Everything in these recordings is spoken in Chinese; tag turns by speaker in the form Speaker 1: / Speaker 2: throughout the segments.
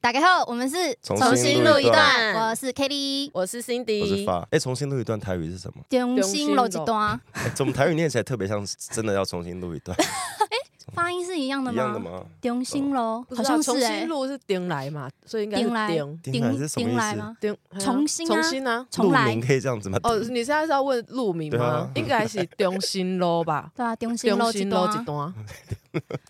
Speaker 1: 打开后，我们是
Speaker 2: 重
Speaker 3: 新录一段
Speaker 1: 我是 Kelly，
Speaker 3: 我是
Speaker 2: 我是
Speaker 3: Cindy，
Speaker 2: 发，哎，重新录一段台语 是什么？
Speaker 1: 重新录一段，
Speaker 2: 哎，怎么台语念起来特别像是真的要重新录一 段
Speaker 1: 发音是一样的
Speaker 2: 一样的
Speaker 1: 吗？
Speaker 2: 吗？哦
Speaker 1: 重新喽，
Speaker 3: 不
Speaker 1: 好
Speaker 3: 知道
Speaker 1: 像是
Speaker 3: 重
Speaker 1: 哎
Speaker 3: 新，录是丁来嘛，所以应该是
Speaker 1: 丁来
Speaker 3: 丁
Speaker 2: 丁来是什么
Speaker 1: 丁来
Speaker 2: 意思？
Speaker 1: 吗？
Speaker 3: 丁嘿啊
Speaker 1: 重新啊
Speaker 3: 重新啊。
Speaker 1: 重
Speaker 2: 录
Speaker 1: 来，
Speaker 2: 名，可以这样子吗？
Speaker 3: 哦，你现在是要问路名
Speaker 2: 对
Speaker 3: 吗
Speaker 2: 啊？
Speaker 3: 应该是中心路吧
Speaker 1: 对啊，重新录
Speaker 3: 中
Speaker 1: 一
Speaker 3: 心路
Speaker 1: 段啊
Speaker 3: 一。段。啊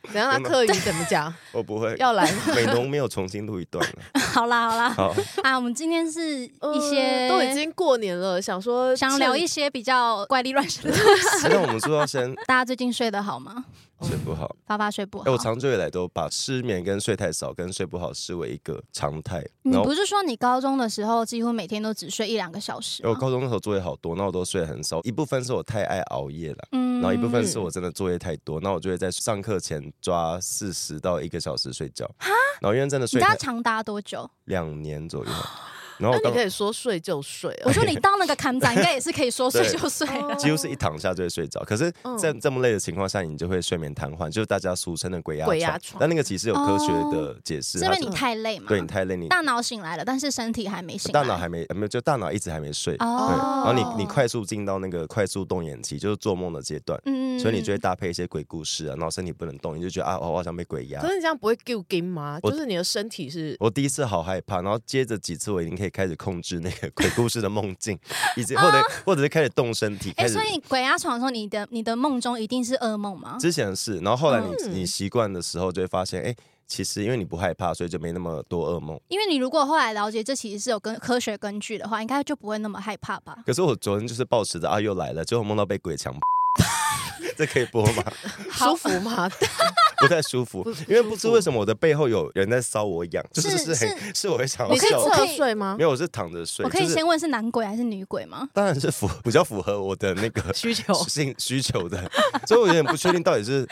Speaker 3: 等一下他客语怎么讲？
Speaker 2: 我不会，
Speaker 3: 要来吗？
Speaker 2: 美农没有重新录一段 了。
Speaker 1: 好啦好啦，
Speaker 2: 好，
Speaker 1: 啊，我们今天是一
Speaker 3: 呃
Speaker 1: 些
Speaker 3: 都已经过年了，想说
Speaker 1: 想聊一
Speaker 3: 趁
Speaker 1: 些比较怪力乱神的。
Speaker 2: 那我们说要先
Speaker 1: 大家最近睡得好吗？
Speaker 2: 睡不好。
Speaker 1: 发发睡不好
Speaker 2: 哎，我。长久以来都把失眠跟睡太少跟睡不好视为一个常态。
Speaker 1: 你
Speaker 2: 然后
Speaker 1: 不是说你高中的时候几乎每天都只睡一两个小时
Speaker 2: 我
Speaker 1: 吗？
Speaker 2: 高中那时候作业好多，那我都睡很少，一部分是我太爱熬夜了。
Speaker 1: 嗯
Speaker 2: 然后一部分是我真的作业太多，那我就会在上课前抓四十到一个小时睡觉。然后因为真
Speaker 1: 你
Speaker 2: 的睡
Speaker 1: 大
Speaker 2: 太
Speaker 1: 概长达多 久？
Speaker 2: 两年左右，
Speaker 1: 啊
Speaker 2: 然后
Speaker 3: 那
Speaker 2: 哦我
Speaker 3: 你
Speaker 2: 刚
Speaker 3: 可以说睡就睡啊
Speaker 1: 我。说你当那个看仔，应该也是可以说睡
Speaker 2: 对
Speaker 1: 就睡。
Speaker 3: 哦
Speaker 2: 几乎是一躺下就会睡着。可是
Speaker 3: 嗯，
Speaker 2: 在这么累的情况下，你就会睡眠瘫痪，就是大家俗称的鬼压
Speaker 3: 鬼压
Speaker 2: 床
Speaker 3: 床。
Speaker 2: 但那个其实有科学的解释，
Speaker 1: 哦是因
Speaker 2: 它
Speaker 1: 为
Speaker 2: 是
Speaker 1: 你太累嘛？
Speaker 2: 对你太累，你
Speaker 1: 大脑醒来了，但是身体还没醒来。
Speaker 2: 大脑还没没有，就大脑一直还没睡。对，然
Speaker 1: 哦
Speaker 2: 后，你你快速进到那个快速动眼期，就是做梦的阶段，
Speaker 1: 嗯
Speaker 2: 所以你就会搭配一些鬼故事啊，然后身体不能动，你就觉得啊，我好像被鬼压
Speaker 3: 可。是你这样不会丢筋吗？
Speaker 2: 我
Speaker 3: 就是你的身体是
Speaker 2: 我第一次好害怕，然后接着几次我已经可以开始控制那个鬼 故事的梦境，以及或者或者是开始动身体，
Speaker 1: 啊哎、
Speaker 2: 开始
Speaker 1: 所以你鬼压床的时候，你的你的梦中一定是噩梦吗？
Speaker 2: 之前是，然后后来你、
Speaker 3: 嗯
Speaker 2: 你习惯的时候，就会发现，哎、其实因为你不害怕，所以就没那么多噩梦。
Speaker 1: 因为你如果后来了解这其实是有根科学根据的话，应该就不会那么害怕吧？
Speaker 2: 可是我昨天就是抱持着啊又来了，结果梦到被鬼强， 这可以播吗？
Speaker 3: 舒服吗？
Speaker 2: 不太舒服
Speaker 3: 不不，
Speaker 2: 因为不知
Speaker 3: 舒服
Speaker 2: 为什么我的背后有人在搔我痒，就是
Speaker 1: 是
Speaker 2: 是很 是我会想要
Speaker 3: 你是
Speaker 2: 笑
Speaker 1: 我。可
Speaker 3: 侧
Speaker 1: 以
Speaker 3: 睡吗
Speaker 2: 没？有，我是躺着睡，
Speaker 1: 我可以
Speaker 2: 就是
Speaker 1: 先问是男鬼还是女鬼吗？
Speaker 2: 当然是符比较符合我的那个
Speaker 3: 需求
Speaker 2: 性需求的， 所以我有点不确定到底 是，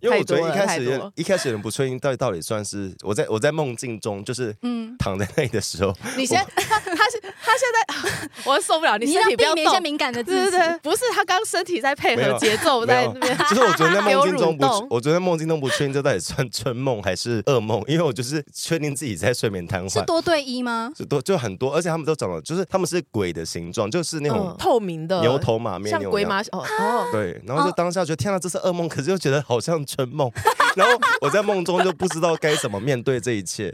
Speaker 2: 因为我觉得一开
Speaker 3: 太
Speaker 2: 始
Speaker 3: 多了太
Speaker 2: 有
Speaker 3: 多了
Speaker 2: 点一开始有点不确定到底到底算是我在我在梦境中就是
Speaker 1: 嗯，
Speaker 2: 躺在那里的时候，
Speaker 3: 你现在他他是他现在 我受不了，你
Speaker 1: 你
Speaker 3: 身
Speaker 1: 要
Speaker 3: 体不
Speaker 1: 避
Speaker 3: 要
Speaker 1: 免一些
Speaker 3: 动。
Speaker 1: 敏感的字
Speaker 3: 对
Speaker 1: 词。
Speaker 3: 对对，不是他刚身体在配
Speaker 2: 没
Speaker 3: 合
Speaker 2: 有
Speaker 3: 节奏
Speaker 2: 没
Speaker 3: 在
Speaker 2: 有
Speaker 3: 那边，
Speaker 2: 就是我 昨天在梦境中
Speaker 3: 没有蠕动
Speaker 2: 不，我昨天梦境中不确定这到底算春梦还是噩梦，因为我就是确定自己在睡眠瘫
Speaker 1: 是
Speaker 2: 痪。
Speaker 1: 多对一吗？
Speaker 2: 就多就很多，而且他们都长得就是他们是鬼的形状，就是那
Speaker 3: 嗯
Speaker 2: 种
Speaker 3: 透明的
Speaker 2: 牛头马面那
Speaker 3: 像
Speaker 2: 种
Speaker 3: 鬼
Speaker 2: 样
Speaker 3: 马哦哦，
Speaker 2: 对，然后就当下觉得天啊，这是噩梦，可是又觉得好像春梦，然后我在梦中就不知道该怎么面对这一切。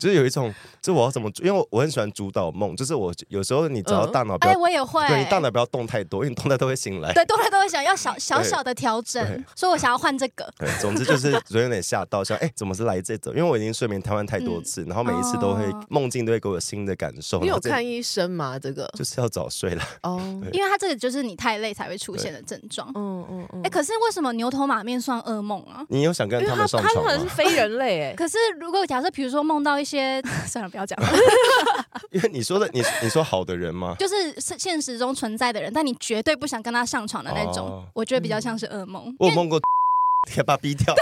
Speaker 2: 就是有一种，就我要怎么做？因为我我很喜欢主导梦，就是我有时候你只要
Speaker 3: 嗯
Speaker 2: 大啊脑不
Speaker 1: 哎、
Speaker 2: 要，
Speaker 1: 我也会。
Speaker 2: 对你大脑不要动太多，因为你动太多会醒来。
Speaker 1: 对，多了都会想要 小小小的调整
Speaker 2: 对，
Speaker 1: 所以我想要换这个。
Speaker 2: 对，总之就是昨天有点吓到，想哎、怎么是来这种？因为我已经睡眠瘫痪太多次，然后每一次都会
Speaker 1: 哦
Speaker 2: 梦境都会给我有新的感受。
Speaker 3: 嗯你
Speaker 2: 然
Speaker 3: 有
Speaker 2: 后这
Speaker 3: 看医生吗？这个
Speaker 2: 就是要早睡了，
Speaker 3: 哦，
Speaker 2: 对哦
Speaker 1: 因为它这个就是你太累才会出现的症状。
Speaker 3: 嗯嗯嗯
Speaker 1: 哎、，可是为什么牛头马面算噩梦啊？
Speaker 2: 你有想跟
Speaker 3: 因为
Speaker 2: 他
Speaker 3: 他
Speaker 2: 们上
Speaker 3: 他
Speaker 2: 床
Speaker 3: 们是
Speaker 2: 吗？
Speaker 3: 非人类哎，。
Speaker 1: 可是如果假设，比如说梦到一些， 算了，不要讲了。
Speaker 2: 因为你说的，你你说好的人吗？
Speaker 1: 就是是现实中存在的人，但你绝对不想跟他上床的那种，
Speaker 2: 哦嗯
Speaker 1: 我觉得比较像是噩梦。
Speaker 2: 我有梦过， 也把他逼掉。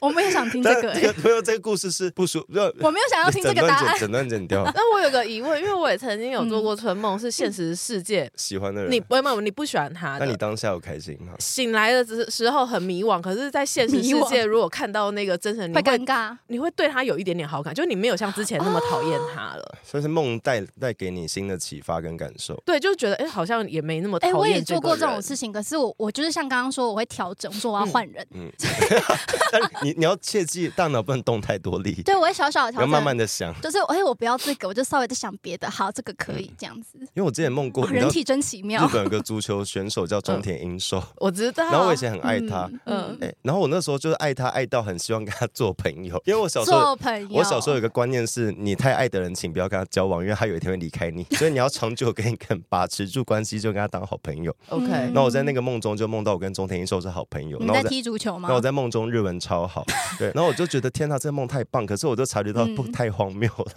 Speaker 1: 我们也想听
Speaker 2: 但
Speaker 1: 这个、
Speaker 2: 这
Speaker 1: 欸，
Speaker 2: 个没有这个故事是不舒服，要
Speaker 1: 我没有想要听这个答 案。
Speaker 2: 整段剪掉
Speaker 3: 那我有个疑问，因为我也曾经有做过春梦， 是现实世界，
Speaker 2: 喜欢的人，
Speaker 3: 你不没有你不喜欢他
Speaker 2: 那你
Speaker 3: 的。
Speaker 2: 当下有开心吗？
Speaker 3: 醒来的时时候很迷惘，可是，在现实
Speaker 1: 迷
Speaker 3: 世
Speaker 1: 惘
Speaker 3: 界如果看到那个真人，你
Speaker 1: 会尴
Speaker 3: 会
Speaker 1: 尬，
Speaker 3: 你会对他有一点点好感，就是你没有像之前那么讨厌他了。
Speaker 2: 所以是梦带带给你新的启发跟感受。
Speaker 3: 对，就觉得哎，好像也没那么讨
Speaker 1: 哎、
Speaker 3: 厌。
Speaker 1: 我也做过这种
Speaker 2: 嗯
Speaker 3: 事。
Speaker 1: 事情，可是我我就是像刚刚说，我会调整，我说我要换人，
Speaker 2: 但你你要切记，大脑不能动太多力，
Speaker 1: 对我会小小的调
Speaker 2: 要
Speaker 1: 整，
Speaker 2: 慢慢的想。
Speaker 1: 就是哎、我不要这个，我就稍微在想别的。好，这个可以这样子。
Speaker 2: 因为我之前嗯梦过，
Speaker 1: 哦
Speaker 2: 你知
Speaker 1: 人
Speaker 2: 道
Speaker 1: 体真奇妙
Speaker 2: 日。本有个足球选手叫中田 英寿，
Speaker 3: 我知道。
Speaker 1: 嗯
Speaker 2: 然后我以前很爱
Speaker 1: 哦
Speaker 2: 他，
Speaker 3: 嗯，
Speaker 2: 哎，然后我那时候就是爱他爱到很希望跟他做朋友，因为我小时候
Speaker 1: 做朋友，
Speaker 2: 我小时候有个观念是，你太爱的人，请不要跟他交往，因为他有一天会离开 你，所以你要长久跟一个人把持住关系，就跟他当好朋友。
Speaker 3: OK，
Speaker 2: 那我在那个梦中就梦到我跟中田英寿是好朋友，
Speaker 1: 你
Speaker 2: 然后我
Speaker 1: 在
Speaker 2: 在
Speaker 1: 踢足球吗
Speaker 2: 那？我在梦中日文超 好，对，然后我就觉得天哪，这个梦太棒，可是我就察觉到不
Speaker 1: 嗯
Speaker 2: 太荒谬 了，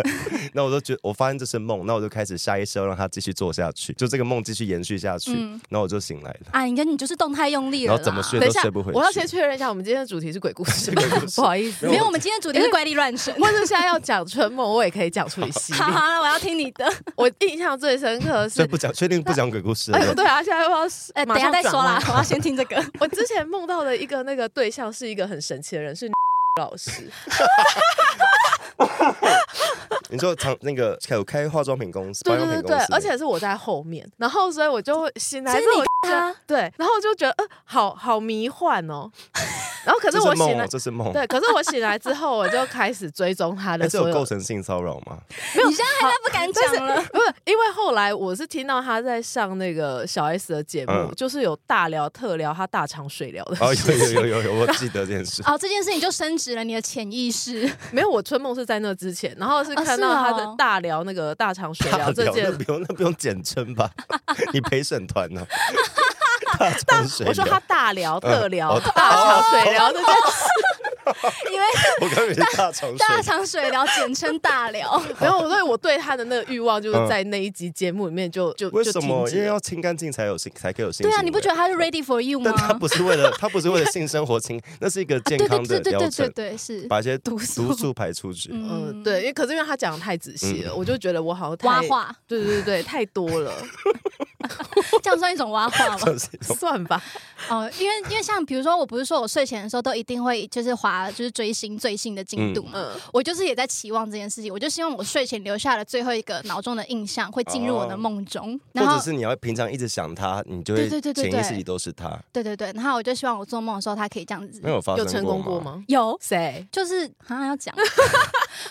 Speaker 2: 那、我就觉我发现这是梦，那我就开始下意识要让它继续做下去，就这个梦继续延续下去，
Speaker 1: 嗯
Speaker 2: 然后我就醒来了。
Speaker 1: 啊，你跟你就是动态用力了啦。
Speaker 2: 然后怎么睡
Speaker 3: 等一
Speaker 2: 都
Speaker 3: 下
Speaker 2: 睡不回，去
Speaker 3: 我要先确认一下，我们今天的主题是鬼故事吗
Speaker 2: 是鬼故，事
Speaker 3: 不好意思
Speaker 1: 没。有，我们今天的主题是怪力乱 神。
Speaker 3: 或者现在要讲春梦，我也可以讲出一系列
Speaker 1: 好。好了，我要听你的。
Speaker 3: 我印象最深刻的
Speaker 2: 所以
Speaker 3: 是，
Speaker 2: 不讲，确定不讲鬼故事了。
Speaker 3: 哎呦，对啊，现在又要是
Speaker 1: 哎、等一下再说。
Speaker 3: 马上转
Speaker 1: 啦
Speaker 3: 弯，
Speaker 1: 我要先听这个。
Speaker 3: 我之前梦到的一个那个对象是一个很神奇的人，是 老师。
Speaker 2: 你说长那个有开化妆品公司，
Speaker 3: 对
Speaker 2: 保养
Speaker 3: 对
Speaker 2: 品
Speaker 3: 对
Speaker 2: 公
Speaker 3: 对
Speaker 2: 司，，
Speaker 3: 而且是我在后面，然后所以我就会醒来
Speaker 1: 所以
Speaker 3: 之后
Speaker 1: 你啊
Speaker 3: 我就觉得，
Speaker 1: 他
Speaker 3: 对，然后我就觉得，呃，好好迷幻哦。 然后可
Speaker 2: 这
Speaker 3: 是我
Speaker 2: 是梦
Speaker 3: 醒
Speaker 2: 哦
Speaker 3: 来，，
Speaker 2: 这是梦。
Speaker 3: 对，可是我醒来之后，我就开始追踪他
Speaker 2: 哎，
Speaker 3: 的
Speaker 2: 这
Speaker 3: 所
Speaker 2: 有
Speaker 3: 有
Speaker 2: 构成性骚扰吗？
Speaker 1: 没有，你现在还在不敢讲了。
Speaker 3: 不是，因为后来我是听到他在上那个小 S 的节目，
Speaker 2: 嗯
Speaker 3: 就是有大聊特聊他大肠水疗的
Speaker 2: 哦，
Speaker 3: 事
Speaker 2: 有有
Speaker 3: 情。
Speaker 2: 有有有，我记得这 件事。
Speaker 1: 哦，这件事情就升值了你的潜意 识。
Speaker 3: 没有，我春梦是在那之前，然后是
Speaker 1: 啊
Speaker 3: 看
Speaker 1: 是
Speaker 3: 到他的
Speaker 1: 哦
Speaker 3: 大聊那个大肠水
Speaker 2: 大
Speaker 3: 疗
Speaker 2: 聊
Speaker 3: 这件
Speaker 2: 那，不用那不用简称吧？ 你陪审团呢？大肠水
Speaker 3: 我说
Speaker 2: 疗
Speaker 3: 他大聊特聊
Speaker 2: 哦
Speaker 3: 大肠水疗这件事。
Speaker 1: 因为
Speaker 2: 我刚以为是大肠水
Speaker 1: 大肠水疗简称大疗，
Speaker 3: 没有，所以我对他的那个欲望就是
Speaker 2: 嗯
Speaker 3: 在那一集节目里面就就
Speaker 2: 为
Speaker 3: 就
Speaker 2: 什
Speaker 3: 停
Speaker 2: 么？因
Speaker 3: 止
Speaker 2: 为
Speaker 3: 了。
Speaker 2: 要清干净才有性，才可以有 性。
Speaker 1: 对啊，你不觉得？他是 ready for you 吗啊
Speaker 2: 但？他不是为了，他不是为了性生活清，那是一个健
Speaker 1: 对对
Speaker 2: 康的
Speaker 1: 对对
Speaker 2: 疗
Speaker 1: 对对
Speaker 2: 程，
Speaker 1: 对，是
Speaker 2: 把一些
Speaker 1: 毒
Speaker 2: 毒
Speaker 1: 素
Speaker 2: 素排出去。
Speaker 3: 嗯，对，因为可是因为他讲的太仔细
Speaker 2: 嗯
Speaker 3: 了，我就觉得我好像
Speaker 1: 挖
Speaker 3: 太，
Speaker 1: 话，
Speaker 3: 对对对，太多 了，
Speaker 1: 这样算一种挖话吗？
Speaker 2: 这是一种
Speaker 3: 算吧。
Speaker 1: 哦，因为因为像比如说，我不是说我睡前的时候都一定会就是划就是追星最新的进度嘛，
Speaker 3: 嗯，
Speaker 1: 我就是也在期望这件事情，我就希望我睡前留下的最后一个脑中的印象会进入我的梦中， 然
Speaker 2: 哦或
Speaker 1: 后
Speaker 2: 者是你要平常一直想他，你就会
Speaker 1: 对对对对
Speaker 2: 潜
Speaker 1: 对
Speaker 2: 意识里都是他。
Speaker 1: 对对对，然后我就希望我做梦的时候他可以这样子
Speaker 2: 那，有发
Speaker 3: 有
Speaker 2: 生
Speaker 3: 成功过？吗？
Speaker 1: 有
Speaker 3: 谁？
Speaker 1: 就是好像要 讲，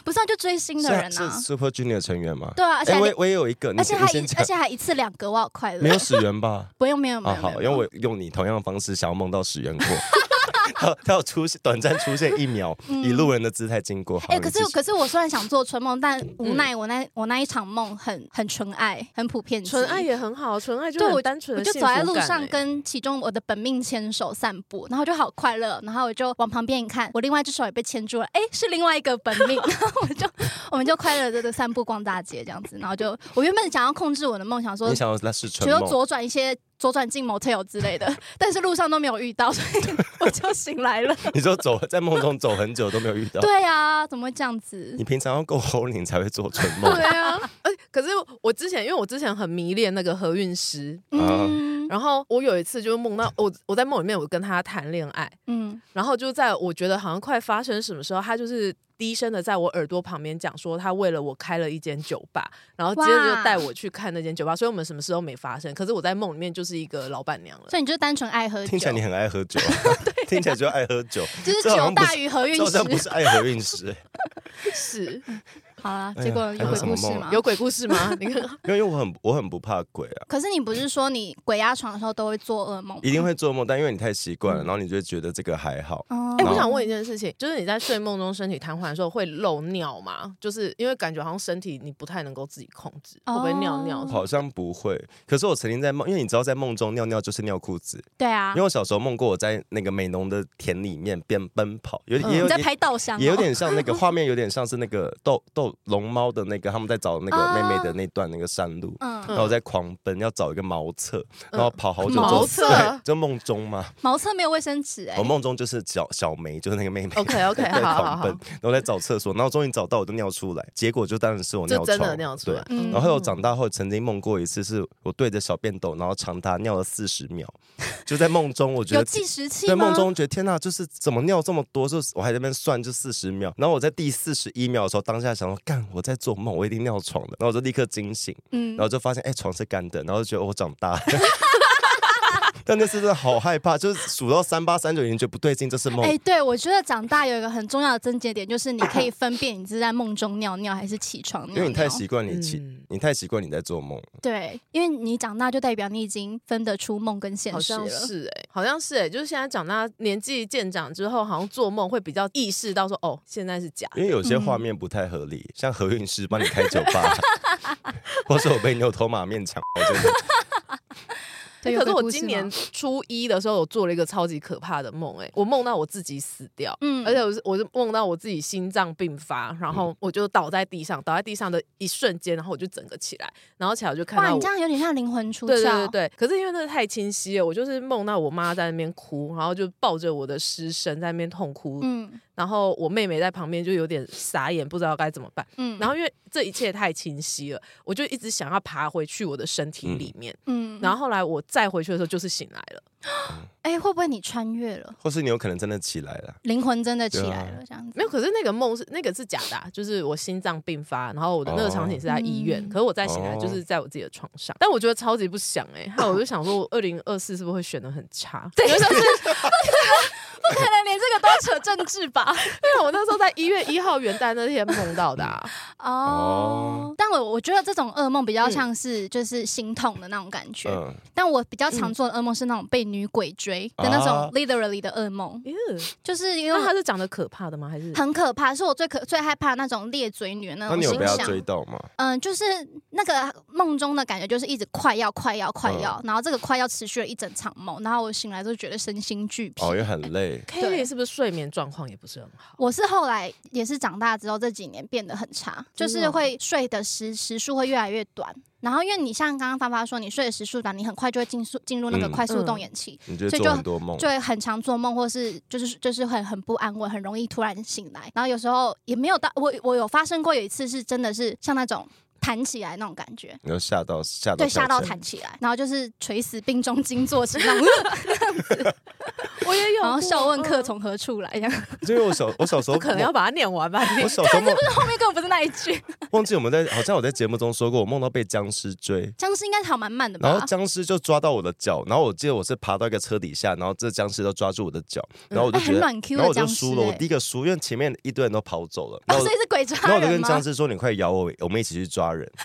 Speaker 1: 不是、啊、就追星的
Speaker 2: 是
Speaker 1: 人
Speaker 2: 是
Speaker 1: 啊，
Speaker 2: Super Junior 的成员吗？
Speaker 1: 对啊，而且
Speaker 2: 哎，
Speaker 1: 还
Speaker 2: 我也我也有一个，你
Speaker 1: 而且
Speaker 2: 先你
Speaker 1: 还
Speaker 2: 先
Speaker 1: 一
Speaker 2: 讲
Speaker 1: 而。且还一次两个，我好快乐，
Speaker 2: 没有始 源吧？
Speaker 1: 不用没有没
Speaker 2: 啊，
Speaker 1: 有没有，
Speaker 2: 好，因为我用你同样的方式想要梦到始源过， 他他有出现短暂出现一秒，以路人的姿态经过。好
Speaker 1: 嗯哎、
Speaker 2: 你
Speaker 1: 可
Speaker 2: 继
Speaker 1: 是
Speaker 2: 续嗯
Speaker 1: 可是我虽然想做春梦，但无奈我那、我那一场梦很很纯爱，很普遍级
Speaker 3: 纯爱也很好，纯爱就
Speaker 1: 对
Speaker 3: 很单纯
Speaker 1: 我
Speaker 3: 的
Speaker 1: 就
Speaker 3: 幸
Speaker 1: 走
Speaker 3: 福感
Speaker 1: 在路上
Speaker 3: 欸
Speaker 1: 跟其中我的本命牵手散步，然后就好快乐，然后我就往旁边一看，我另外一只手也被牵住了，哎，是另外一个本命， 然后我就我们就快乐的散步逛大街这样子，然后就我原本想要控制我的梦想说
Speaker 2: 你，想要那是
Speaker 1: 比
Speaker 2: 纯
Speaker 1: 如
Speaker 2: 梦，
Speaker 1: 左转一些左转进 motel 之类的，但是路上都没有遇到，所以 我就醒来了。
Speaker 2: 你说走在梦中走很久都没有遇到，
Speaker 1: 对啊，怎么会这样子
Speaker 2: 你？平常要够 h o 你才会做春梦。
Speaker 3: 对啊， 哎，可是我之前因为我之前很迷恋那个何韵诗，
Speaker 1: 嗯
Speaker 2: 啊
Speaker 3: 然后我有一次就梦到我我在梦里面我跟他谈恋爱，
Speaker 1: 嗯，
Speaker 3: 然后就在我觉得好像快发生什么时候，他就是低声的在我耳朵旁边讲说，他为了我开了一间酒吧，然后接着就带我去看那间酒吧，所以我们什么事都没发生。可是我在梦里面就是一个老板娘了。
Speaker 1: 所以你就单纯爱喝酒，
Speaker 2: 听起来你很爱喝酒，啊
Speaker 1: 啊
Speaker 2: 听起来就爱喝酒，
Speaker 1: 就是
Speaker 2: 这好
Speaker 1: 酒
Speaker 2: 像不
Speaker 1: 大于何韵
Speaker 2: 这好像不
Speaker 1: 诗。
Speaker 2: 是爱喝欸运势，
Speaker 3: 是
Speaker 1: 好啦，
Speaker 2: 哎呀
Speaker 1: 结果有
Speaker 2: 还有
Speaker 1: 鬼
Speaker 2: 什
Speaker 1: 故
Speaker 2: 么
Speaker 1: 事
Speaker 2: 梦
Speaker 1: 吗？
Speaker 3: 有鬼故事吗？你 看，
Speaker 2: 因为因为我很我很不怕鬼啊，
Speaker 1: 可是你不是说你鬼压床的时候都会做噩梦吗？
Speaker 2: 一定会做梦，但因为你太习
Speaker 1: 嗯
Speaker 2: 惯了，然后你就会觉得这个还好。
Speaker 1: 哦。
Speaker 3: 哎、我想问一件事情，就是你在睡梦中身体瘫痪的时候会漏尿吗？就是因为感觉好像身体你不太能够自己控制，会不会尿尿？
Speaker 1: 哦
Speaker 2: 好像不会，可是我曾经在梦，因为你知道，在梦中尿尿就是尿裤子，
Speaker 1: 对啊
Speaker 2: 因为，我小时候梦过我在那个美浓的田里面边奔跑，有
Speaker 3: 嗯
Speaker 2: 也有
Speaker 1: 你在
Speaker 2: 也
Speaker 1: 拍稻香哦，
Speaker 2: 也有点像那个画面，有点像是那个斗斗龙猫的那个他们在找那个
Speaker 3: 啊
Speaker 2: 妹妹的那段那个山路，
Speaker 1: 嗯，
Speaker 2: 然后我在狂奔要找一个茅厕，然后跑好久之后，
Speaker 3: 嗯茅 厕
Speaker 2: 对就梦中嘛，
Speaker 1: 茅厕没有卫生纸哎
Speaker 2: 我，梦中就是小小梅，就是那个妹妹。
Speaker 3: OK OK，
Speaker 2: 在
Speaker 3: 好好
Speaker 2: 狂
Speaker 3: 好
Speaker 2: 奔，，然后在找厕所，然后终于找到，我就尿出来，结果就当然是我
Speaker 3: 就
Speaker 2: 尿
Speaker 3: 真
Speaker 2: 床，
Speaker 3: 的尿出来
Speaker 2: 对。。
Speaker 1: 嗯
Speaker 2: 然后我长大后曾经梦过一次，是我对着小便斗，然后长达尿了四十秒，就在梦中，我觉
Speaker 1: 有
Speaker 2: 得
Speaker 1: 计时器
Speaker 2: 在
Speaker 1: 吗？
Speaker 2: 梦中觉得天呐，就是怎么尿这么多？就是我还在那边算，就四十秒。然后我在第四十一秒的时候，当下想说，干，我在做梦，我一定尿床了。然后我就立刻惊醒，
Speaker 1: 嗯
Speaker 2: 然，后就发现，哎、床是干的，然后就觉得我长大了。 但那次真的好害怕，就是数到三八三九，已经觉得不对劲，这是梦。
Speaker 1: 哎、对，我觉得长大有一个很重要的症结点，就是你可以分辨你是在梦中尿尿还是起床尿
Speaker 2: 因
Speaker 1: 尿。
Speaker 2: 为你太习惯你起，
Speaker 3: 嗯
Speaker 2: 你太习惯你在做梦。
Speaker 1: 对，因为你长大就代表你已经分得出梦跟嗯现
Speaker 3: 好
Speaker 1: 实
Speaker 3: 像
Speaker 1: 了。
Speaker 3: 是哎、好像是哎、就是现在长大年纪渐长之后，好像做梦会比较意识到说，哦，现在是假的
Speaker 2: 因为有些画面不太合理，像何韵诗帮你开酒吧， 或是我被牛头马面抢，我真的
Speaker 1: 对，有
Speaker 3: 可是
Speaker 1: 鬼
Speaker 3: 我
Speaker 1: 故事
Speaker 3: 今年
Speaker 1: 吗
Speaker 3: 初一的时候，有做了一个超级可怕的梦，哎，我梦到我自己死掉，
Speaker 1: 嗯
Speaker 3: 而且我是我是梦到我自己心脏病发，然后我就倒在地上，倒在地上的一瞬间，然后我就整个起来，然后起来我就看
Speaker 1: 哇，
Speaker 3: 到
Speaker 1: 你
Speaker 3: 我
Speaker 1: 这。样有点像灵魂出
Speaker 3: 对对
Speaker 1: 窍。
Speaker 3: 对对，可是因为那个太清晰了，我就是梦到我妈在那边哭，然后就抱着我的尸身在那边痛哭，
Speaker 1: 嗯
Speaker 3: 然后我妹妹在旁边就有点傻眼，不知道该怎么办。
Speaker 1: 嗯，
Speaker 3: 然后因为这一切太清晰了，我就一直想要爬回去我的身体里面。
Speaker 1: 嗯，
Speaker 3: 然
Speaker 1: 后
Speaker 3: 后后来我再回去的时候，就是醒来了。
Speaker 1: 哎、会不会你穿越了，
Speaker 2: 或是你有可能真的起来了。
Speaker 1: 灵魂真的起
Speaker 2: 对啊
Speaker 1: 来了这样子？
Speaker 3: 没有，可是那个梦是那个是假的啊、就是我心脏病发，然后我的那个场景是在医院，
Speaker 1: 哦
Speaker 3: 可是我再醒来就是在我自己的床上。但我觉得超级不想哎、欸，害我就想说，我二零二四是不是会选的很差？对，因为上次
Speaker 1: 不可能连这个都扯政治 吧？
Speaker 3: 因啊为我那时候在一月一号元旦那天梦到的、啊，
Speaker 1: 哦，但我我觉得这种噩梦比较像是就是心痛的那种感觉，
Speaker 2: 嗯，
Speaker 1: 但我比较常做的噩梦是那种被女鬼追的那
Speaker 2: 啊
Speaker 1: 种 literally 的噩梦，
Speaker 3: 耶
Speaker 1: 就是因为
Speaker 3: 那他是长得可怕的吗？还是
Speaker 1: 很可怕，是我最可最害怕那种裂嘴女的那
Speaker 2: 那
Speaker 1: 种
Speaker 2: 你有
Speaker 1: 形
Speaker 2: 被他
Speaker 1: 象。
Speaker 2: 追到吗？
Speaker 1: 嗯，就是那个梦中的感觉，就是一直快要快要快要，
Speaker 2: 嗯
Speaker 1: 然后这个快要持续了一整场梦，然后我醒来就觉得身心俱疲。
Speaker 2: 哦，也很累。
Speaker 3: Kelly 是不是睡眠状况也不是很好？
Speaker 1: 我是后来也是长大之后这几年变得很差，就
Speaker 3: 真的
Speaker 1: 是
Speaker 3: 哦
Speaker 1: 会睡的时时数会越来越短。然后因为你像刚刚发发说，你睡的时数短，你很快就会进入进入那个
Speaker 2: 嗯哦
Speaker 1: 快速
Speaker 3: 嗯
Speaker 1: 动眼期，
Speaker 2: 你觉得
Speaker 1: 所以
Speaker 2: 做
Speaker 1: 就
Speaker 2: 很多梦，
Speaker 1: 就会很常做梦，或是就是就是很很不安稳，很容易突然醒来。然后有时候也没有到我我有发生过有一次是真的是像那种弹起来那种感觉。
Speaker 2: 你就吓到吓到
Speaker 1: 对，
Speaker 2: 跳
Speaker 1: 吓到
Speaker 2: 起来
Speaker 1: 弹起来，然后就是垂死病中惊坐 起那种，
Speaker 3: 我也有
Speaker 1: 然后笑问客
Speaker 3: 客从。
Speaker 1: 从何处来这样。
Speaker 2: 因为我小我小时候
Speaker 3: 我可能要把它念完吧。
Speaker 2: 我小时候梦
Speaker 1: 后面根本不是那一句，
Speaker 2: 忘记我们在好像我在节目中说过，我梦到被僵尸追。
Speaker 1: 僵尸应该是好蛮慢的啊
Speaker 2: 然后
Speaker 1: 吧？
Speaker 2: 僵尸就抓到我的脚，然后我记得我是爬到一个车底下，然后这僵尸都抓住我的脚，然后我就
Speaker 1: 哎
Speaker 2: 觉
Speaker 1: 很
Speaker 2: 得，
Speaker 1: 软 Q
Speaker 2: 然后
Speaker 1: 的
Speaker 2: 我就
Speaker 1: 僵尸
Speaker 2: 输了，我第
Speaker 1: 欸，
Speaker 2: 一个输，因为前面一堆人都跑走了，然
Speaker 1: 哦，
Speaker 2: 后我
Speaker 1: 所以是鬼
Speaker 2: 然后
Speaker 1: 抓
Speaker 2: 我就
Speaker 1: 人
Speaker 2: 跟僵
Speaker 1: 吗？
Speaker 2: 尸说：“你快咬我，我们一起去抓人。”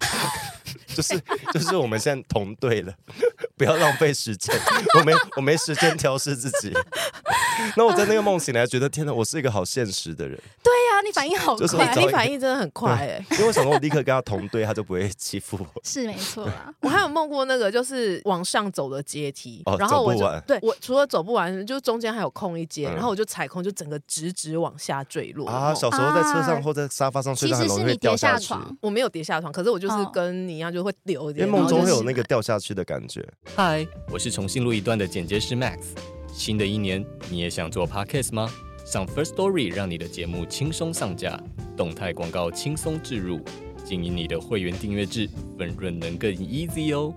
Speaker 2: 就是就是我们现在同队了， 不要浪费时间，我没我没时间调试自己。 那我在那个梦醒来，觉得天哪，我是一个好现实的人，
Speaker 1: 对呀，你反应好
Speaker 2: 就是
Speaker 1: 快，
Speaker 2: 找一
Speaker 3: 你
Speaker 2: 个
Speaker 3: 反应真的很快哎、
Speaker 2: 因为我想说我立刻跟他同队，他就不会欺负我。
Speaker 1: 是没错啦。
Speaker 3: 我还有梦过那个，就是往上走的阶梯，
Speaker 2: 哦
Speaker 3: 然后
Speaker 2: 走
Speaker 3: 我
Speaker 2: 不
Speaker 3: 就
Speaker 2: 完
Speaker 3: 对我除了走不完，就中间还有空一阶，
Speaker 2: 嗯
Speaker 3: 然后我就踩空，就整个直直往下坠落
Speaker 2: 啊，
Speaker 3: 然后
Speaker 2: 小时候在车上
Speaker 1: 啊
Speaker 2: 或在沙发上睡
Speaker 1: 其
Speaker 2: 觉，
Speaker 1: 实
Speaker 2: 很容
Speaker 1: 是
Speaker 2: 易
Speaker 1: 你
Speaker 2: 会掉
Speaker 1: 跌
Speaker 2: 下
Speaker 1: 下
Speaker 2: 去，
Speaker 1: 床，
Speaker 3: 我没有跌下床，可是我就是
Speaker 1: 哦
Speaker 3: 跟你一样，就会流一
Speaker 2: 因为
Speaker 3: 点。
Speaker 2: 梦中
Speaker 3: 然
Speaker 2: 会
Speaker 3: 后就
Speaker 2: 有那个掉下去的感觉。
Speaker 4: 嗨，我是重新录一段的剪接师 Max。新的一年，你也想做 Podcast 吗？上 First Story 让你的节目轻松上架，动态广告轻松置入，经营你的会员订阅制，分润能更 easy 哦。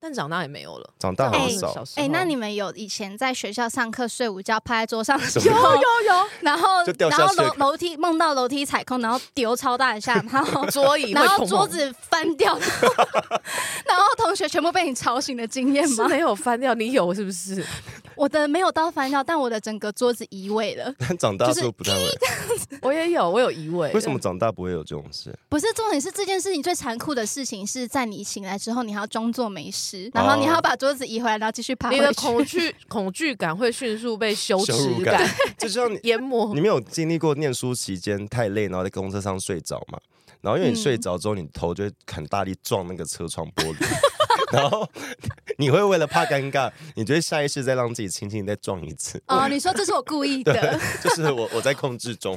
Speaker 3: 但长大也没有了。
Speaker 2: 长大
Speaker 1: 哎
Speaker 2: 好少
Speaker 3: 小，时候
Speaker 1: 哎、那你们有以前在学校上课睡午觉趴在桌上的时
Speaker 2: 什么
Speaker 1: 候，
Speaker 3: 有有
Speaker 1: 然后
Speaker 2: 就掉下
Speaker 1: 然后
Speaker 2: 去了
Speaker 1: 楼楼梯梦到楼梯踩空，然后丢超大一下，然 后
Speaker 3: 桌椅会
Speaker 1: 然后
Speaker 3: 碰
Speaker 1: 桌
Speaker 3: 碰
Speaker 1: 子翻掉， 然后然后同学全部被你吵醒的经验
Speaker 3: 是
Speaker 1: 吗？
Speaker 3: 没有翻掉，你有是不是？
Speaker 1: 我的没有到翻掉，但我的整个桌子移位 了。
Speaker 2: 但长大之后 不太会。
Speaker 3: 我也有，我有移位。
Speaker 2: 为什么？长大不会有这种事？
Speaker 1: 不是重点是这件事情最残酷的事情是在你醒来之后，你还要装作没事，然后
Speaker 2: 哦
Speaker 1: 你还要把桌子移回来，然后继续爬回
Speaker 3: 你
Speaker 1: 去。
Speaker 3: 的恐惧恐惧感会迅速被羞 耻
Speaker 2: 羞辱
Speaker 3: 感
Speaker 2: 感， 就 像你
Speaker 3: 淹没
Speaker 2: 你。没有经历过念书期间太累，然后在公车上睡着嘛？然后因为你睡着之后，你头就会很大力撞那个车窗玻璃， 然后你会为了怕尴尬，你就会下意识再让自己轻轻地再撞一次。
Speaker 1: 哦，你说这是我故意
Speaker 2: 对
Speaker 1: 的，，
Speaker 2: 就是我我在控制 中，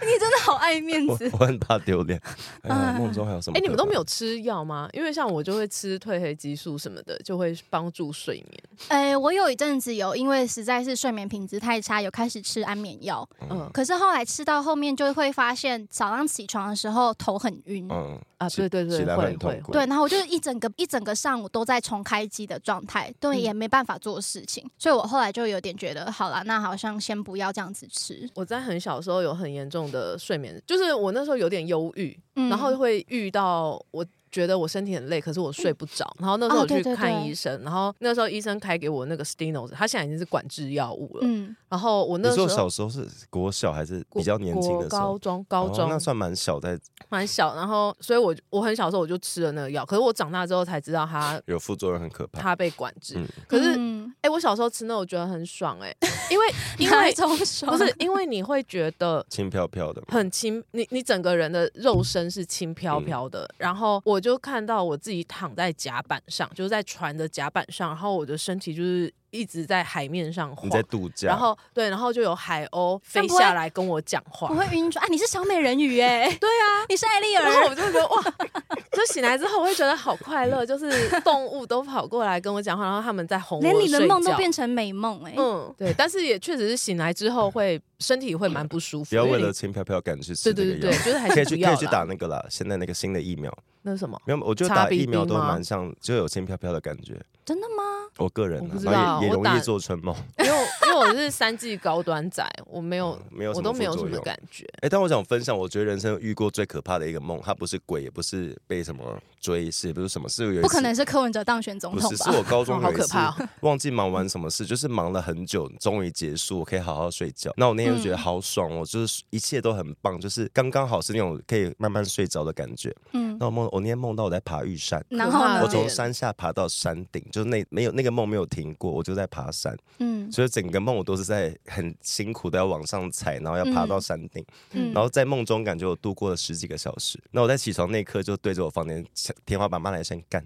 Speaker 1: 你真的好爱面
Speaker 2: 我
Speaker 1: 子。
Speaker 2: 我很怕丢脸。哎呀，梦中还有什么？
Speaker 3: 哎、你们都没有。吃药吗？因为像我就会吃褪黑激素什么的，就会帮助睡眠。
Speaker 1: 哎、我有一阵子有，因为实在是睡眠品质太差，有开始吃安眠药。
Speaker 3: 嗯
Speaker 1: 可是后来吃到后面，就会发现早上起床的时候头很晕。
Speaker 2: 嗯，
Speaker 3: 啊，
Speaker 2: 起
Speaker 3: 对对对，啊
Speaker 2: 起来
Speaker 3: 会
Speaker 2: 很痛
Speaker 3: 会
Speaker 2: 苦。
Speaker 1: 哦对，然后我就一整个一整个上午都在重开机的状态，对，
Speaker 3: 嗯
Speaker 1: 也没办法做事情，所以我后来就有点觉得，好啦，那好像先不要这样子吃，
Speaker 3: 我在很小的时候有很严重的睡眠，就是我那时候有点忧郁，
Speaker 1: 嗯
Speaker 3: 然后会遇到我。觉得我身体很累，可是我睡不着。然后那时候
Speaker 1: 哦
Speaker 3: 我去
Speaker 1: 对对
Speaker 3: 看
Speaker 1: 对
Speaker 3: 医生，然后那时候医生开给我那个 Steno，他现在已经是管制药物了。
Speaker 1: 嗯，
Speaker 3: 然后我
Speaker 2: 你
Speaker 3: 那时
Speaker 2: 说
Speaker 3: 候
Speaker 2: 小时候是国小还是比较年轻
Speaker 3: 国
Speaker 2: 的时候
Speaker 3: 高？中高
Speaker 2: 哦
Speaker 3: 中、
Speaker 2: 那算蛮小，在
Speaker 3: 蛮小，然后所以我我很小的时候我就吃了那个药，可是我长大之后才知道 它
Speaker 2: 有副作用很可怕。
Speaker 3: 它被管制。
Speaker 2: 嗯
Speaker 3: 可是哎、
Speaker 1: 嗯
Speaker 3: 诶我小时候吃那我觉得很爽哎、因为 因
Speaker 1: 哪一
Speaker 3: 为
Speaker 1: 种爽
Speaker 3: 不是因为你会觉得
Speaker 2: 轻飘飘的，
Speaker 3: 很轻，你你整个人的肉身是轻
Speaker 2: 嗯
Speaker 3: 飘飘的。然后我就看到我自己躺在甲板上，就是在船的甲板上，然后我的身体就是一直在海面上晃
Speaker 2: 你。在度假，
Speaker 3: 然后对，然后就有海鸥
Speaker 1: 但
Speaker 3: 飞
Speaker 1: 不会
Speaker 3: 下来跟我讲话
Speaker 1: 我，会晕船啊！你是小美人鱼哎、 对啊，你是艾丽
Speaker 3: 然后
Speaker 1: 儿，
Speaker 3: 我就觉得哇， 就醒来之后我会觉得好快乐，就是动物都跑过来跟我讲话，然后他们在哄我
Speaker 1: 连你的
Speaker 3: 睡
Speaker 1: 梦都
Speaker 3: 觉
Speaker 1: 变成美梦哎、
Speaker 3: 嗯，对，但是也确实是醒来之后会身体会蛮不舒服，
Speaker 2: 不要为
Speaker 3: 因
Speaker 2: 了
Speaker 3: 你
Speaker 2: 轻飘飘赶去吃
Speaker 3: 对
Speaker 2: 这个
Speaker 3: 对
Speaker 2: 药。
Speaker 3: 对对，就是还
Speaker 2: 可
Speaker 3: 是
Speaker 2: 以去
Speaker 3: 不
Speaker 2: 可
Speaker 3: 要
Speaker 2: 以去
Speaker 3: 啦
Speaker 2: 打那个啦，现在那个新的疫苗，
Speaker 3: 那是什么，
Speaker 2: 没有，我觉得
Speaker 3: 擦
Speaker 2: 打
Speaker 3: BB
Speaker 2: 疫苗都
Speaker 3: 吗
Speaker 2: 蛮像，就有轻飘飘的感觉。
Speaker 1: 真的吗？
Speaker 2: 我个人、
Speaker 3: 我
Speaker 2: 啊
Speaker 3: 不，知
Speaker 2: 然
Speaker 3: 道
Speaker 2: 后也也
Speaker 3: 我
Speaker 2: 容
Speaker 3: 打
Speaker 2: 易做春梦。
Speaker 3: 因为我因为我是三季高端仔，我没有
Speaker 2: 没有什
Speaker 3: 我
Speaker 2: 么
Speaker 3: 都没有
Speaker 2: 副
Speaker 3: 什
Speaker 2: 作
Speaker 3: 么
Speaker 2: 用
Speaker 3: 感觉，
Speaker 2: 哎、但我想分享，我觉得人生遇过最可怕的一个梦，它不是鬼，也不是被什么追，是不是什么？是有一
Speaker 1: 不
Speaker 2: 次
Speaker 1: 可能是柯文哲当选总
Speaker 2: 不
Speaker 1: 统
Speaker 2: 是，是
Speaker 1: 吧？
Speaker 2: 我高中
Speaker 3: 哦好
Speaker 2: 有一
Speaker 3: 可
Speaker 2: 次
Speaker 3: 怕哦，
Speaker 2: 忘记忙完什么事，就是忙了很久，终于结束，我可以好好睡觉。那我那天就觉得好爽，哦，就是一切都很棒，就是刚刚好是那种可以慢慢睡着的感觉。
Speaker 1: 嗯，
Speaker 2: 那我梦，我那天梦到我在爬玉山，
Speaker 1: 然后呢
Speaker 2: 我？从山下爬到山顶，就是那没有那个梦没有停过，我就在爬山，
Speaker 1: 嗯
Speaker 2: 所以整个梦我都是在很辛苦的要往上踩，然后要爬到山顶，
Speaker 1: 嗯
Speaker 2: 然后在梦中感觉我度过了十几个小时。那我在起床那一刻就对着我房间天花板骂了一声干，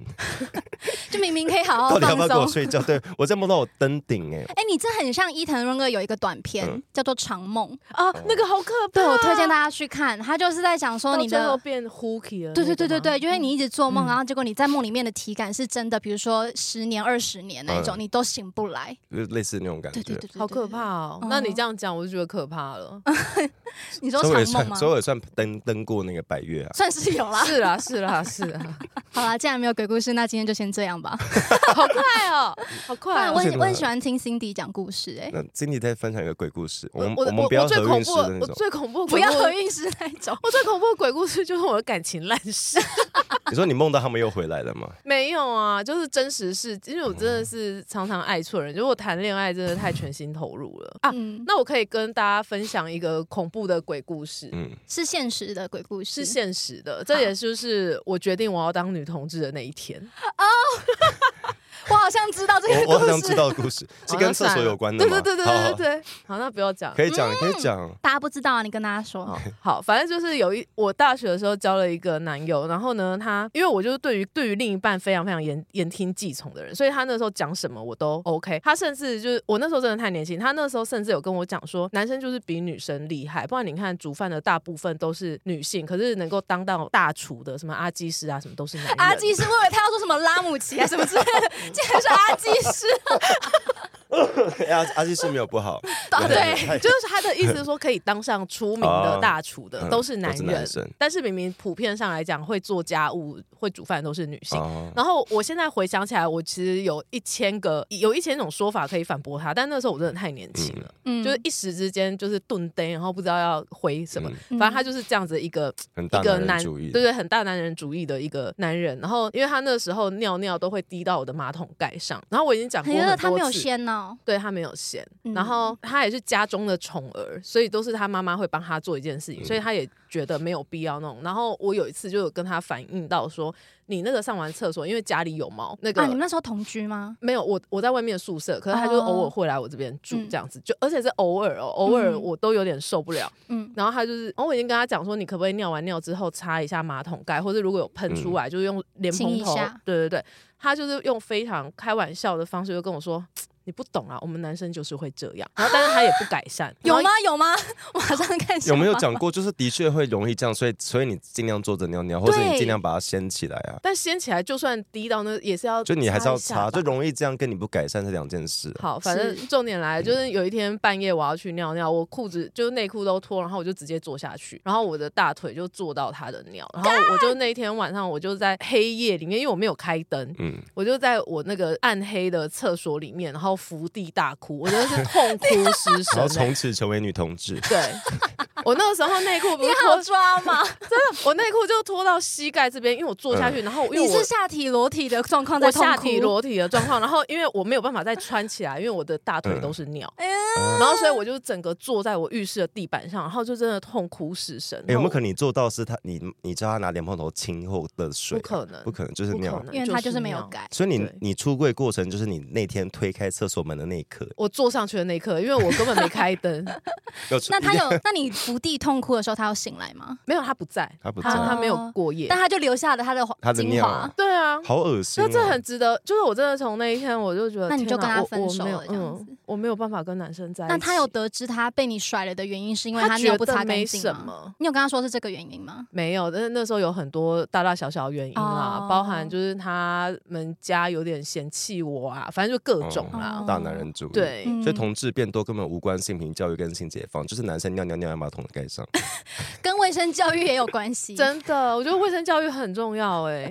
Speaker 1: 就明明可以好好
Speaker 2: 到底要
Speaker 1: 哦放
Speaker 2: 不要跟我
Speaker 1: 松。
Speaker 2: 睡觉？ 对我在梦到我登顶哎、欸
Speaker 1: 哎、你这很像伊藤润二有一个短片、
Speaker 2: 嗯
Speaker 1: 叫做《长梦》，啊
Speaker 3: 啊，那个好可怕，
Speaker 1: 对我推荐大家去看，他就是在讲说
Speaker 3: 到
Speaker 1: 你
Speaker 3: 最后
Speaker 1: 的。
Speaker 3: 变 hooky 了，
Speaker 1: 对对对对对，
Speaker 3: 对，
Speaker 1: 因为你一直做梦，
Speaker 3: 嗯
Speaker 1: 然后结果你在梦里面的体感是真的，比如说十年、二十年那一种，
Speaker 2: 嗯
Speaker 1: 你都醒不来。
Speaker 2: 就是类似那种感觉
Speaker 1: 对。对对对，
Speaker 3: 好可怕！哦。那你
Speaker 1: 嗯
Speaker 3: 这样讲，我就觉得可怕了。
Speaker 1: 你说
Speaker 2: 所以我也
Speaker 1: 长梦
Speaker 2: 算，
Speaker 1: 吗
Speaker 2: 所？以我也算登登过那个百越啊。
Speaker 1: 算是有啦。
Speaker 3: 是啦，是啦，是啦，
Speaker 1: 好啦，既然没有鬼故事，那今天就先这样吧。
Speaker 3: 好快哦，好
Speaker 1: 不
Speaker 3: 快
Speaker 1: 然
Speaker 3: 哦！
Speaker 1: 我
Speaker 2: 而且
Speaker 1: 很
Speaker 2: 呢
Speaker 1: 我很喜欢听 Cindy 讲故事，哎，
Speaker 2: 那今天再分享一个鬼故事，我们
Speaker 3: 我
Speaker 2: 我们不要
Speaker 3: 我
Speaker 2: 合
Speaker 3: 最恐
Speaker 2: 运
Speaker 3: 怖
Speaker 2: 势
Speaker 3: 的
Speaker 2: 的，那
Speaker 3: 我
Speaker 2: 种。
Speaker 3: 最恐怖的
Speaker 1: 不
Speaker 3: 鬼
Speaker 1: 要
Speaker 3: 故
Speaker 1: 合运是那一种。
Speaker 3: 我最恐怖的鬼故事就是我的感情烂事。
Speaker 2: 你说你梦到他们又回来了吗？
Speaker 3: 没有啊，就是真实事，因为我真
Speaker 2: 哦
Speaker 3: 的是常常爱错人，就是我谈恋爱真的太全心投入了啊。
Speaker 1: 嗯，
Speaker 3: 那我可以跟大家分享一个恐怖的鬼故事，
Speaker 2: 嗯，
Speaker 1: 是现实的鬼故事，
Speaker 3: 是现实的，这
Speaker 1: 好
Speaker 3: 也就是我决定我要当女同志的那一天。
Speaker 1: 我好像知道 这个
Speaker 2: 我我好像
Speaker 1: 故
Speaker 2: 知
Speaker 1: 事。
Speaker 2: 道的故事是跟厕所有关的
Speaker 3: 对
Speaker 2: 吗？
Speaker 3: 对对对
Speaker 2: 好好
Speaker 3: 对对，嗯好，那不要讲。
Speaker 2: 可以讲，可以讲。
Speaker 1: 大家不知道啊，你跟大家 说。
Speaker 3: 好，反正就是有一我大学的时候交了一个男友，然后呢，他因为我就是对于对于另一半非常非常言言听计从的人，所以他那时候讲什么我都 OK。他甚至就是我那时候真的太年轻，他那时候甚至有跟我讲说，男生就是比女生厉害，不然你看煮饭的大部分都是女性，可是能够当到大厨的什么阿基师啊，什么都是男人。
Speaker 1: 阿基师，我以为他要说什么拉姆齐啊什么之类 的，竟然是阿基师。
Speaker 2: 哎阿阿基是没有不 好，
Speaker 1: 哦
Speaker 3: 哦对，就是他的意思是说，可以当上出名的大厨的
Speaker 2: 哦
Speaker 3: 都是男
Speaker 2: 都是
Speaker 3: 人
Speaker 2: 男生，
Speaker 3: 但是明明普遍上来讲，会做家务、会煮饭的都是女性。
Speaker 2: 哦
Speaker 3: 然后我现在回想起来，我其实有一千个、有一千种说法可以反驳他，但那时候我真的太年轻了，
Speaker 1: 嗯
Speaker 3: 就是一时之间就是顿呆，然后不知道要回什么。
Speaker 1: 嗯
Speaker 3: 反正他就是这样子一个
Speaker 2: 很大
Speaker 3: 一个
Speaker 2: 男
Speaker 3: 男
Speaker 2: 人主义，
Speaker 3: 对对，很大男人主义的一个男人。然后因为他那时候尿尿都会滴到我的马桶盖上，然后我已经讲过
Speaker 1: 很
Speaker 3: 很多
Speaker 1: 热，
Speaker 3: 次，
Speaker 1: 他没有掀哦。
Speaker 3: 对他没有闲，
Speaker 1: 嗯
Speaker 3: 然后他也是家中的宠儿，所以都是他妈妈会帮他做一件事情，所以他也觉得没有必要弄。然后我有一次就有跟他反映到说，你那个上完厕所，因为家里有猫，那个、
Speaker 1: 啊，你们那时候同居吗？
Speaker 3: 没有我我在外面的宿舍，可是他就
Speaker 1: 哦
Speaker 3: 偶尔会来我这边住
Speaker 1: 嗯
Speaker 3: 这样子，就而且是偶尔哦，偶尔
Speaker 1: 嗯
Speaker 3: 我都有点受不了。
Speaker 1: 嗯
Speaker 3: 然后他就是，哦，我已经跟他讲说，你可不可以尿完尿之后擦一下马桶盖，或者如果有喷
Speaker 2: 嗯
Speaker 3: 出来，就是用莲
Speaker 1: 清
Speaker 3: 蓬
Speaker 1: 一
Speaker 3: 头
Speaker 1: 下。
Speaker 3: 对对对，他就是用非常开玩笑的方式就跟我说，嘖你不懂啊，我们男生就是会这样。然后，但是他也不改善，
Speaker 1: 有
Speaker 3: 然
Speaker 1: 吗
Speaker 3: 后？？
Speaker 1: 有吗？我马上看一下
Speaker 2: 有没有 讲过？就是的确会容易这样，所以所以你尽量坐着尿尿，或者
Speaker 1: 对
Speaker 2: 你尽量把它掀起来啊。
Speaker 3: 但掀起来就算滴到那，也是要
Speaker 2: 就你还是要
Speaker 3: 一下吧
Speaker 2: 擦，就容易这样跟你不改善是两件事。啊
Speaker 3: 好，反正
Speaker 1: 是
Speaker 3: 重点
Speaker 2: 嗯
Speaker 3: 来了，就是有一天半夜我要去尿尿，我裤子就是内裤都脱，然后我就直接坐下去，然后我的大腿就坐到他的尿，然后我就那一天晚上我就在黑夜里面，因为我没有开灯，
Speaker 2: 嗯，
Speaker 3: 我就在我那个暗黑的厕所里面，然后到伏地大哭，我真的是痛哭失
Speaker 2: 然后
Speaker 3: 声、
Speaker 2: 从
Speaker 3: 欸。
Speaker 2: 此成为女同志。
Speaker 3: 对，我那个时候内裤不
Speaker 1: 你
Speaker 3: 是
Speaker 1: 好
Speaker 3: 脱，
Speaker 1: 抓嘛？
Speaker 3: 我内裤就脱到膝盖这边，因为我坐下
Speaker 2: 嗯
Speaker 3: 去，然后 因为
Speaker 1: 你
Speaker 3: 我
Speaker 1: 是下体裸体的状况在
Speaker 3: 我
Speaker 1: 痛哭
Speaker 3: 下体，裸体的状况，然后因为我没有办法再穿起来，因为我的大
Speaker 2: 嗯
Speaker 3: 腿都是尿，
Speaker 1: 哎呀
Speaker 3: 然后所以我就整个坐在我浴室的地板上，然后就真的痛哭失声。
Speaker 2: 哎有没有可能
Speaker 3: 能？
Speaker 2: 你做到是他你你叫他拿脸盆头清后的水啊？
Speaker 3: 不可能，
Speaker 2: 不可能，就是
Speaker 3: 不
Speaker 2: 尿
Speaker 3: 可。能，
Speaker 1: 因为他就是没有
Speaker 3: 尿。
Speaker 1: 改。
Speaker 2: 所以你
Speaker 3: 对
Speaker 2: 你出柜过程就是你那天推开厕所门的那一刻，
Speaker 3: 我坐上去的那一刻，因为我根本没开 灯，
Speaker 2: 要出
Speaker 1: 那他 有，那你伏地痛哭的时候，他有醒来吗？
Speaker 3: 没有他不在，
Speaker 2: 他不
Speaker 3: 他
Speaker 2: 在
Speaker 3: 啊他没有过夜
Speaker 1: 哦但。他就留下了他的
Speaker 2: 他的
Speaker 1: 精
Speaker 2: 尿
Speaker 1: 华
Speaker 2: 啊，
Speaker 3: 对啊，
Speaker 2: 好恶心
Speaker 3: 所
Speaker 2: 哦，
Speaker 3: 以这很值得，就是我真的从那一天我就觉得，
Speaker 1: 那你就
Speaker 3: 天哪
Speaker 1: 跟他
Speaker 3: 我
Speaker 1: 分手了
Speaker 3: 我没有
Speaker 1: 这样子
Speaker 3: 嗯，我没有办法跟男生在一起。
Speaker 1: 那他有得知他被你甩了的原因是因为
Speaker 3: 他
Speaker 1: 尿
Speaker 3: 觉
Speaker 1: 不
Speaker 3: 得
Speaker 1: 擦
Speaker 3: 没
Speaker 1: 干净
Speaker 3: 什
Speaker 1: 吗？
Speaker 3: 么。
Speaker 1: 你有跟他说是这个原因吗？
Speaker 3: 没有，但是那时候有很多大大小小的原因啦，
Speaker 1: 哦
Speaker 3: 包含就是他们家有点嫌弃我啊，反正就各种啦。
Speaker 1: 哦
Speaker 2: 大男人主义。，
Speaker 3: 对，
Speaker 1: 嗯
Speaker 2: 所以同志变多根本无关性平教育跟性解放，就是男生尿尿尿在马桶盖上。
Speaker 1: 跟卫生教育也有关系。
Speaker 3: 真的，我觉得卫生教育很重要 哎、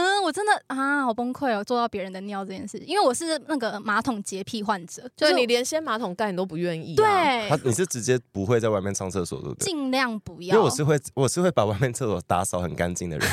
Speaker 1: 嗯，我真的啊，好崩溃哦，做到别人的尿这件事，因为我是那个马桶洁癖患者，就
Speaker 3: 就
Speaker 1: 是
Speaker 3: 是你连掀马桶盖你都不愿意、啊。，
Speaker 2: 他
Speaker 1: 对，
Speaker 2: 你是直接不会在外面上厕所，对不对？
Speaker 1: 尽量不
Speaker 2: 因
Speaker 1: 要，
Speaker 2: 为我是会我是会把外面厕所打扫很干净 的人，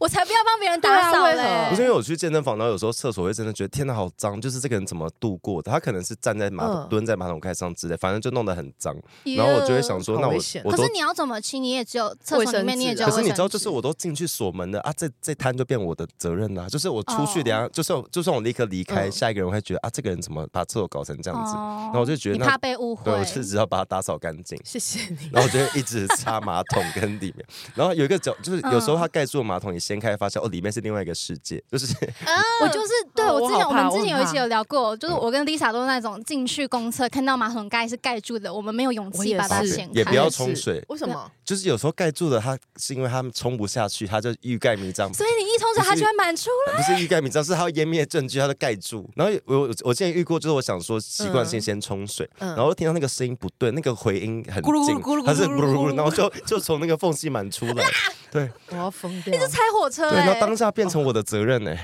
Speaker 1: 我才不要帮别人
Speaker 3: 对啊
Speaker 1: 打扫
Speaker 3: 为何
Speaker 1: 嘞，
Speaker 2: 不是因为我去健身房，然后有时候厕所会真的觉得天哪好脏，就是这个人怎么度过的？他可能是站在马桶、
Speaker 3: 嗯
Speaker 2: 蹲在马桶盖上之类，反正就弄得很脏。然后我就会想说，
Speaker 3: 好
Speaker 2: 那我
Speaker 3: 危险
Speaker 2: 我
Speaker 1: 可
Speaker 2: 都
Speaker 1: 是你要怎么清？你也只有厕所里面，你也只有
Speaker 2: 可
Speaker 1: 卫生
Speaker 2: 是你
Speaker 1: 纸。
Speaker 2: 知道，就是我都进去锁门了啊，这这摊就变我的责任啦、就是我出去
Speaker 1: 哦
Speaker 2: 的呀、就算就算我立刻离开，
Speaker 3: 嗯
Speaker 2: 下一个人会觉得啊，这个人怎么把厕所搞成这样子？
Speaker 1: 哦
Speaker 2: 然后我就觉得
Speaker 1: 你
Speaker 2: 那
Speaker 1: 怕被误会
Speaker 2: 对，我，是只要把它打扫干净。
Speaker 3: 谢谢你。
Speaker 2: 然后我就会一直擦马桶跟里面，然后有一个角，就是有
Speaker 1: 嗯
Speaker 2: 时候它盖住了马桶，你掀开发现哦，里面是另外一个世界，就是
Speaker 1: 我就是对
Speaker 3: 哦
Speaker 1: 我
Speaker 3: 我
Speaker 1: 之前
Speaker 3: 好
Speaker 1: 我
Speaker 3: 怕
Speaker 1: 们之前
Speaker 3: 我
Speaker 1: 有
Speaker 3: 很
Speaker 1: 一期
Speaker 3: 怕
Speaker 1: 有聊过，就是
Speaker 2: 嗯
Speaker 1: 我跟 Lisa 都是那种进去公厕看到马桶盖是盖住的，我们没有勇
Speaker 3: 我
Speaker 1: 气
Speaker 3: 也
Speaker 1: 把它
Speaker 3: 是
Speaker 1: 掀
Speaker 2: 也
Speaker 1: 开
Speaker 2: 不。要冲水
Speaker 3: 为什么？
Speaker 2: 就是有时候盖住了它，是因为它冲不下去，它就欲盖弥彰，
Speaker 1: 所以你一冲水，
Speaker 2: 不是
Speaker 1: 它就会满出来。
Speaker 2: 不是欲盖弥彰，是它要湮灭证据，它就盖住。然后我我我之前遇过，就是我想说习惯性先冲水，
Speaker 3: 嗯
Speaker 2: 然后听到那个声音不对，那个回音很
Speaker 1: 咕噜咕噜
Speaker 2: 近
Speaker 1: 咕噜咕噜，
Speaker 2: 它是
Speaker 1: 咕噜
Speaker 2: 咕噜咕
Speaker 1: 咕噜
Speaker 2: 噜，然后就就从那个缝隙满出来，对
Speaker 3: 我要疯掉！
Speaker 1: 拆火车
Speaker 2: 对，
Speaker 1: 哎、
Speaker 2: 然后
Speaker 1: 欸，
Speaker 2: 当下变成我的责任欸呢、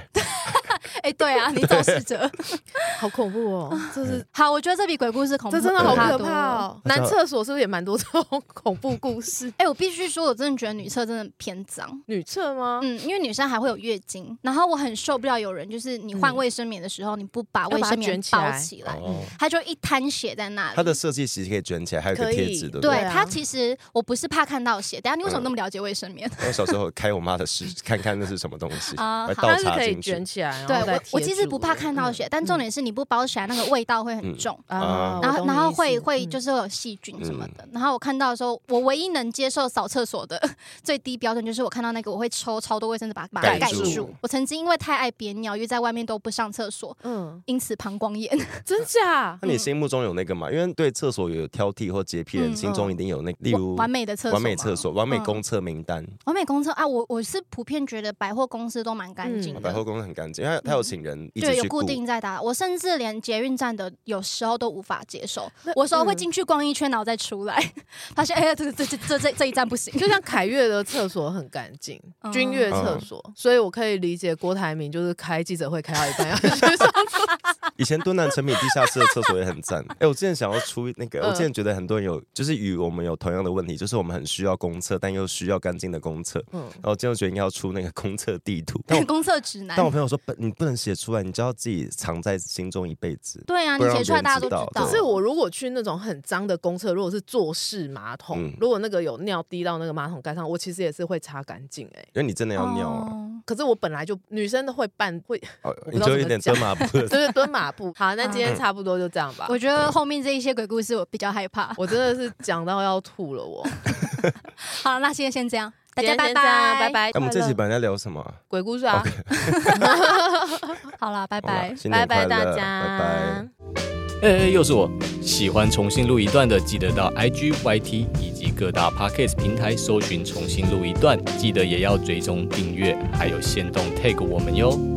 Speaker 1: 哎、对 啊，你肇事者。
Speaker 3: 好恐怖哦，这是
Speaker 1: 好，我觉得这比鬼故啊事恐怖，
Speaker 3: 这真的好可
Speaker 1: 多
Speaker 3: 怕
Speaker 1: 了。
Speaker 3: 哦！男厕所是不是也蛮多这种 恐怖故事？
Speaker 1: 哎、我必须说，我真的觉得女厕真的偏脏。
Speaker 3: 女厕吗？
Speaker 1: 嗯，因为女生还会有月经，然后我很受不了有人就是你换
Speaker 3: 嗯
Speaker 1: 卫生棉的时候，你不把
Speaker 3: 把它
Speaker 1: 卫生棉
Speaker 3: 卷起
Speaker 1: 包
Speaker 3: 来
Speaker 1: 起来，
Speaker 2: 哦，
Speaker 1: 它就一滩血在那里。
Speaker 2: 它的设计其实可以卷起来，还有一个
Speaker 3: 可以
Speaker 2: 贴纸，对不
Speaker 1: 对
Speaker 3: 啊
Speaker 1: 它其实我不是怕看到血，等下你
Speaker 2: 嗯
Speaker 1: 为什么那么了解卫生棉？
Speaker 2: 我小时候开我妈的试，看看那是什么东 西，
Speaker 1: 啊
Speaker 2: 来
Speaker 1: 好
Speaker 2: 倒
Speaker 3: 它是
Speaker 2: 插
Speaker 3: 可以
Speaker 2: 进去
Speaker 3: 卷。起来，
Speaker 1: 对
Speaker 3: 然后再
Speaker 1: 我，我
Speaker 3: 贴
Speaker 1: 其实
Speaker 3: 住嗯
Speaker 1: 不
Speaker 3: 的
Speaker 1: 怕看到血，但重点是你不包起来，那个味道会很
Speaker 2: 嗯
Speaker 1: 重。
Speaker 3: 嗯
Speaker 2: 啊
Speaker 3: 啊，
Speaker 1: 然后，然后会会
Speaker 3: 是。嗯
Speaker 1: 就是会有细菌什么的。
Speaker 2: 嗯
Speaker 1: 然后我看到的时候，我唯一能接受扫厕所的 最低标准就是我看到那个我会抽超多卫生纸把它把它
Speaker 3: 盖
Speaker 1: 盖
Speaker 3: 住
Speaker 1: 住。我曾经因为太爱憋尿，因为在外面都不上厕所，
Speaker 3: 嗯，
Speaker 1: 因此膀胱炎。
Speaker 3: 真假？
Speaker 2: 那你心目中有那个吗？因为对厕所有挑剔或洁癖的人，心中一定有那，例
Speaker 1: 完
Speaker 2: 如
Speaker 1: 嗯完美的厕所，
Speaker 2: 完美厕，所、完美
Speaker 1: 嗯
Speaker 2: 公厕名单，
Speaker 1: 完美公厕啊！我我是普遍觉得百货公司都蛮干净
Speaker 3: 嗯
Speaker 2: 百
Speaker 1: 的
Speaker 2: 货。公司很干净，因为它有请人一直
Speaker 1: 对，有
Speaker 2: 去顾
Speaker 1: 固。定在打，我甚至连捷运站的有时候都无法接受。我有时候会
Speaker 3: 嗯
Speaker 1: 进去逛一圈，然后再出来， 发现哎呀，这个这这这这这一站不行。
Speaker 3: 就像凯越的厕所很干净，
Speaker 1: 嗯
Speaker 3: 君悦厕所，所以我可以理解郭台铭就是开记者会开到一半要 去上
Speaker 2: 以前敦南成品地下室的厕所也很 赞。哎，我之前想要出那个，
Speaker 3: 嗯
Speaker 2: 我之前觉得很多人有，就是与我们有同样的问题，就是我们很需要公厕，但又需要干净的公厕。
Speaker 3: 嗯
Speaker 2: 然后我今天决定要出那个公厕地 图，但我
Speaker 1: 公厕指南
Speaker 2: 但，我朋友说，不你不能写出来，你就要自己藏在心中一辈子。
Speaker 1: 对啊，
Speaker 2: 不
Speaker 1: 你
Speaker 2: 让
Speaker 1: 写出来
Speaker 2: 别人
Speaker 1: 大家都
Speaker 2: 知道
Speaker 1: 知
Speaker 2: 对
Speaker 1: 道。
Speaker 3: 可是我如果去那种很脏的公厕，如果是坐式马桶，
Speaker 2: 嗯
Speaker 3: 如果那个有尿滴到那个马桶盖上，我其实也是会擦干净哎。
Speaker 2: 因为你真的要尿啊。
Speaker 1: 哦
Speaker 3: 可是我本来就女生都会拌 会，
Speaker 2: 哦
Speaker 3: 不
Speaker 2: 你
Speaker 3: 知道
Speaker 2: 就
Speaker 3: 怎
Speaker 2: 有
Speaker 3: 么
Speaker 2: 点
Speaker 3: 讲
Speaker 2: 蹲马步 了。
Speaker 3: 就是蹲马步。好，那
Speaker 2: 嗯
Speaker 3: 今天差不多就这样吧。
Speaker 1: 我觉得后面这一些鬼故事我比较害怕。
Speaker 3: 我真的是讲到要吐了我，
Speaker 1: 好，那今天先这样，大
Speaker 3: 今
Speaker 1: 家
Speaker 3: 天
Speaker 1: 拜
Speaker 3: 先这样
Speaker 1: 拜，
Speaker 3: 拜。拜。
Speaker 2: 哎那我们这
Speaker 3: 快
Speaker 2: 期
Speaker 3: 乐
Speaker 2: 本来在聊什么啊？
Speaker 3: 鬼故事啊，
Speaker 1: 好了，拜
Speaker 2: 好啦
Speaker 1: 拜。
Speaker 2: 新
Speaker 3: 拜
Speaker 2: 年
Speaker 3: 拜
Speaker 2: 快乐
Speaker 3: 大家，
Speaker 2: 拜拜。
Speaker 4: 哎、又是我！喜欢重新录一段的，记得到 IG、YT 以及各大 Podcast 平台搜寻“重新录一段”，记得也要追踪订阅，还有限动 tag 我们哟。